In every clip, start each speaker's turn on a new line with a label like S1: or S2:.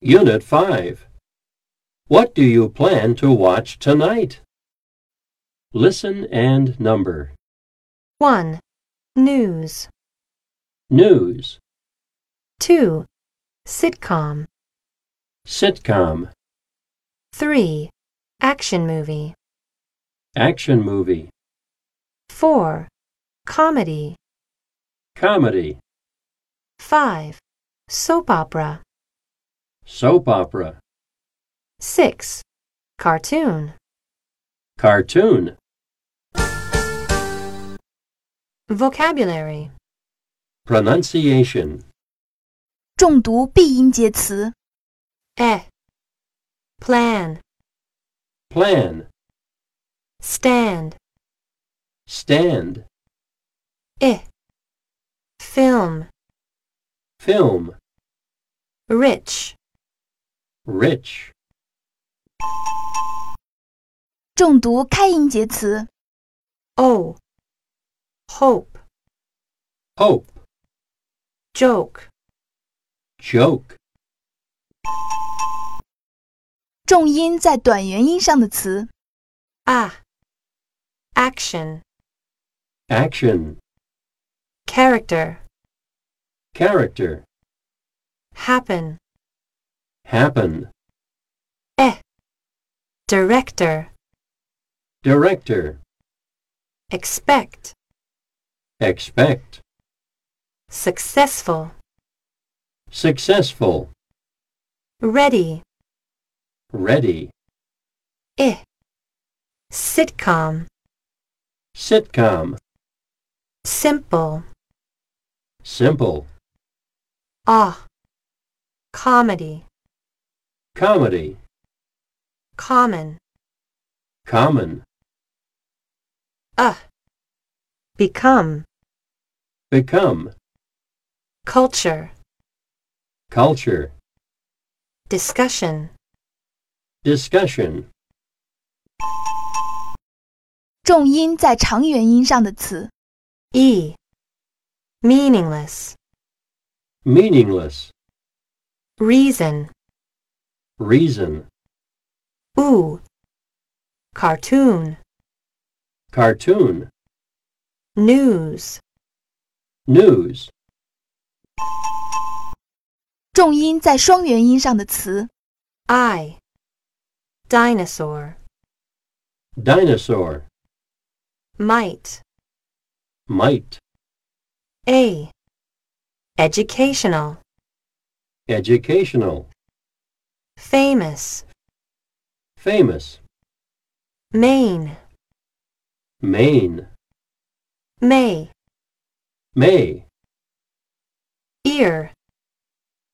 S1: Unit 5. What do you plan to watch tonight? Listen and number.
S2: 1. News.
S1: News,
S2: 2. Sitcom.
S1: sitcom,
S2: 3. Action movie.
S1: action movie,
S2: 4. Comedy.
S1: comedy,
S2: 5. Soap opera.
S1: soap opera,
S2: 6. Cartoon.
S1: cartoon,
S2: Vocabulary.
S1: pronunciation,
S3: 重读闭音节词。
S2: Eh. Plan.
S1: plan,
S2: Stand.
S1: stand,
S2: Eh. Film.
S1: film,
S2: Rich.
S1: rich,
S3: 重读开音节词。
S2: Oh. Hope.
S1: hope,
S2: Joke.
S1: joke,
S3: 重音在短元音上的词。
S2: Ah. Action.
S1: action,
S2: Character.
S1: character,
S2: Happen. Eh.
S1: happen,
S2: Director.
S1: director,
S2: Expect.
S1: expect,
S2: Successful.
S1: successful,
S2: Ready.
S1: ready,
S2: Eh. Sitcom.
S1: sitcom,
S2: Simple.
S1: simple,
S2: Ah. Comedy.
S1: comedy,
S2: Common.
S1: common,
S2: Uh. Become.
S1: become,
S2: Culture.
S1: culture,
S2: Discussion.
S1: discussion,
S3: 重音在长元音上的词。
S2: E. Meaningless.
S1: meaningless,
S2: Reason.
S1: reason,
S2: Ooh. Cartoon.
S1: cartoon,
S2: News.
S1: news,
S3: 重音在双元音上的词。
S2: I. Dinosaur.
S1: dinosaur,
S2: Might.
S1: might,
S2: A. Educational.
S1: educational,
S2: Famous.
S1: famous,
S2: Maine.
S1: Maine,
S2: May.
S1: may,
S2: Ear.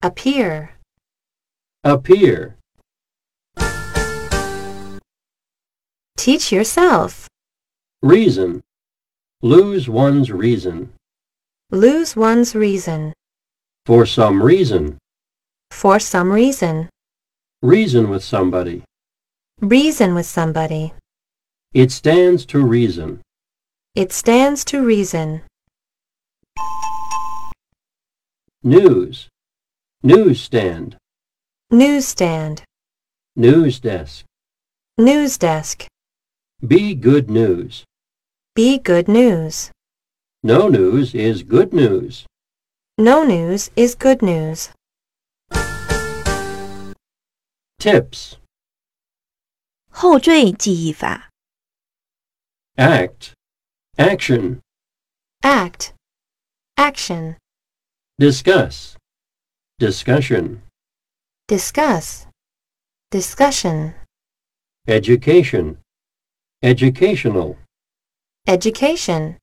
S2: Appear.
S1: appear,
S2: Teach yourself.
S1: reason, lose one's reason,
S2: Lose one's reason.
S1: for some reason,
S2: For some reason.
S1: reason with somebody,
S2: Reason with somebody.
S1: it stands to reason,
S2: It stands to reason.
S1: news, newsstand,
S2: Newsstand.
S1: news desk,
S2: News desk.
S1: be good news,
S2: Be good news.
S1: no news is good news,
S2: No news is good news.
S1: tips,
S4: 后缀记忆法。
S1: act, action,
S2: Act. Action.
S1: Discuss. Discussion.
S2: Discuss. Discussion.
S1: Education. Educational.
S2: Education.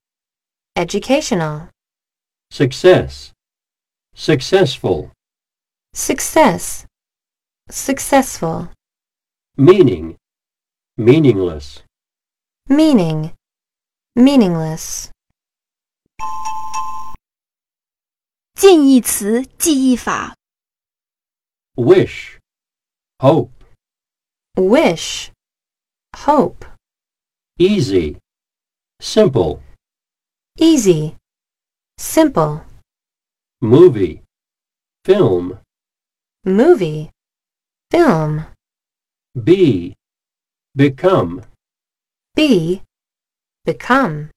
S2: Educational.
S1: Success. Successful.
S2: Success. Successful.
S1: Meaning. Meaningless.
S2: Meaning. Meaningless.
S3: 近义词记忆法。
S1: Wish. Hope.
S2: Wish. Hope.
S1: Easy. Simple.
S2: Easy. Simple.
S1: Movie. Film.
S2: Movie. film,
S1: Be. Become.
S2: be, become.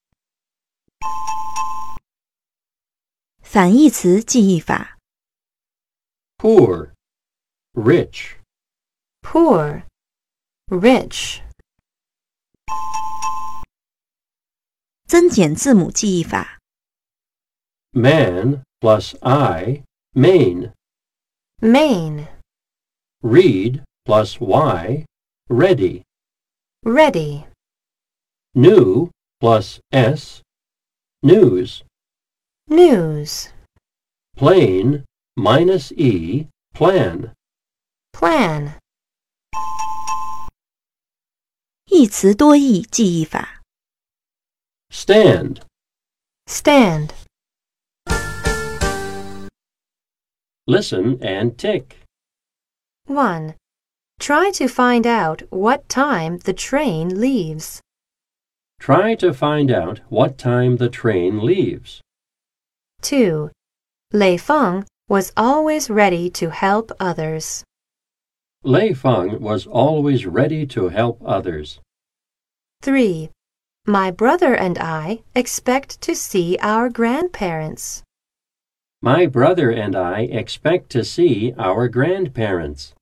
S4: 反义词记忆法。
S1: Poor. Rich.
S2: poor, rich,
S4: 增减字母记忆法。
S1: Man plus I. Main.
S2: main,
S1: Read plus Y. Ready.
S2: ready,
S1: New plus S. News.
S2: news,
S1: Plain minus E. Plan.
S2: plan,
S4: 一词多义记忆法。
S1: Stand.
S2: stand,
S1: Listen and tick.
S2: 1. Try to find out what time the train leaves.
S1: Try to find out what time the train leaves.
S2: 2. Lei Feng was always ready to help others.
S1: Lei Feng was always ready to help others.
S2: 3. My brother and I expect to see our grandparents.
S1: My brother and I expect to see our grandparents.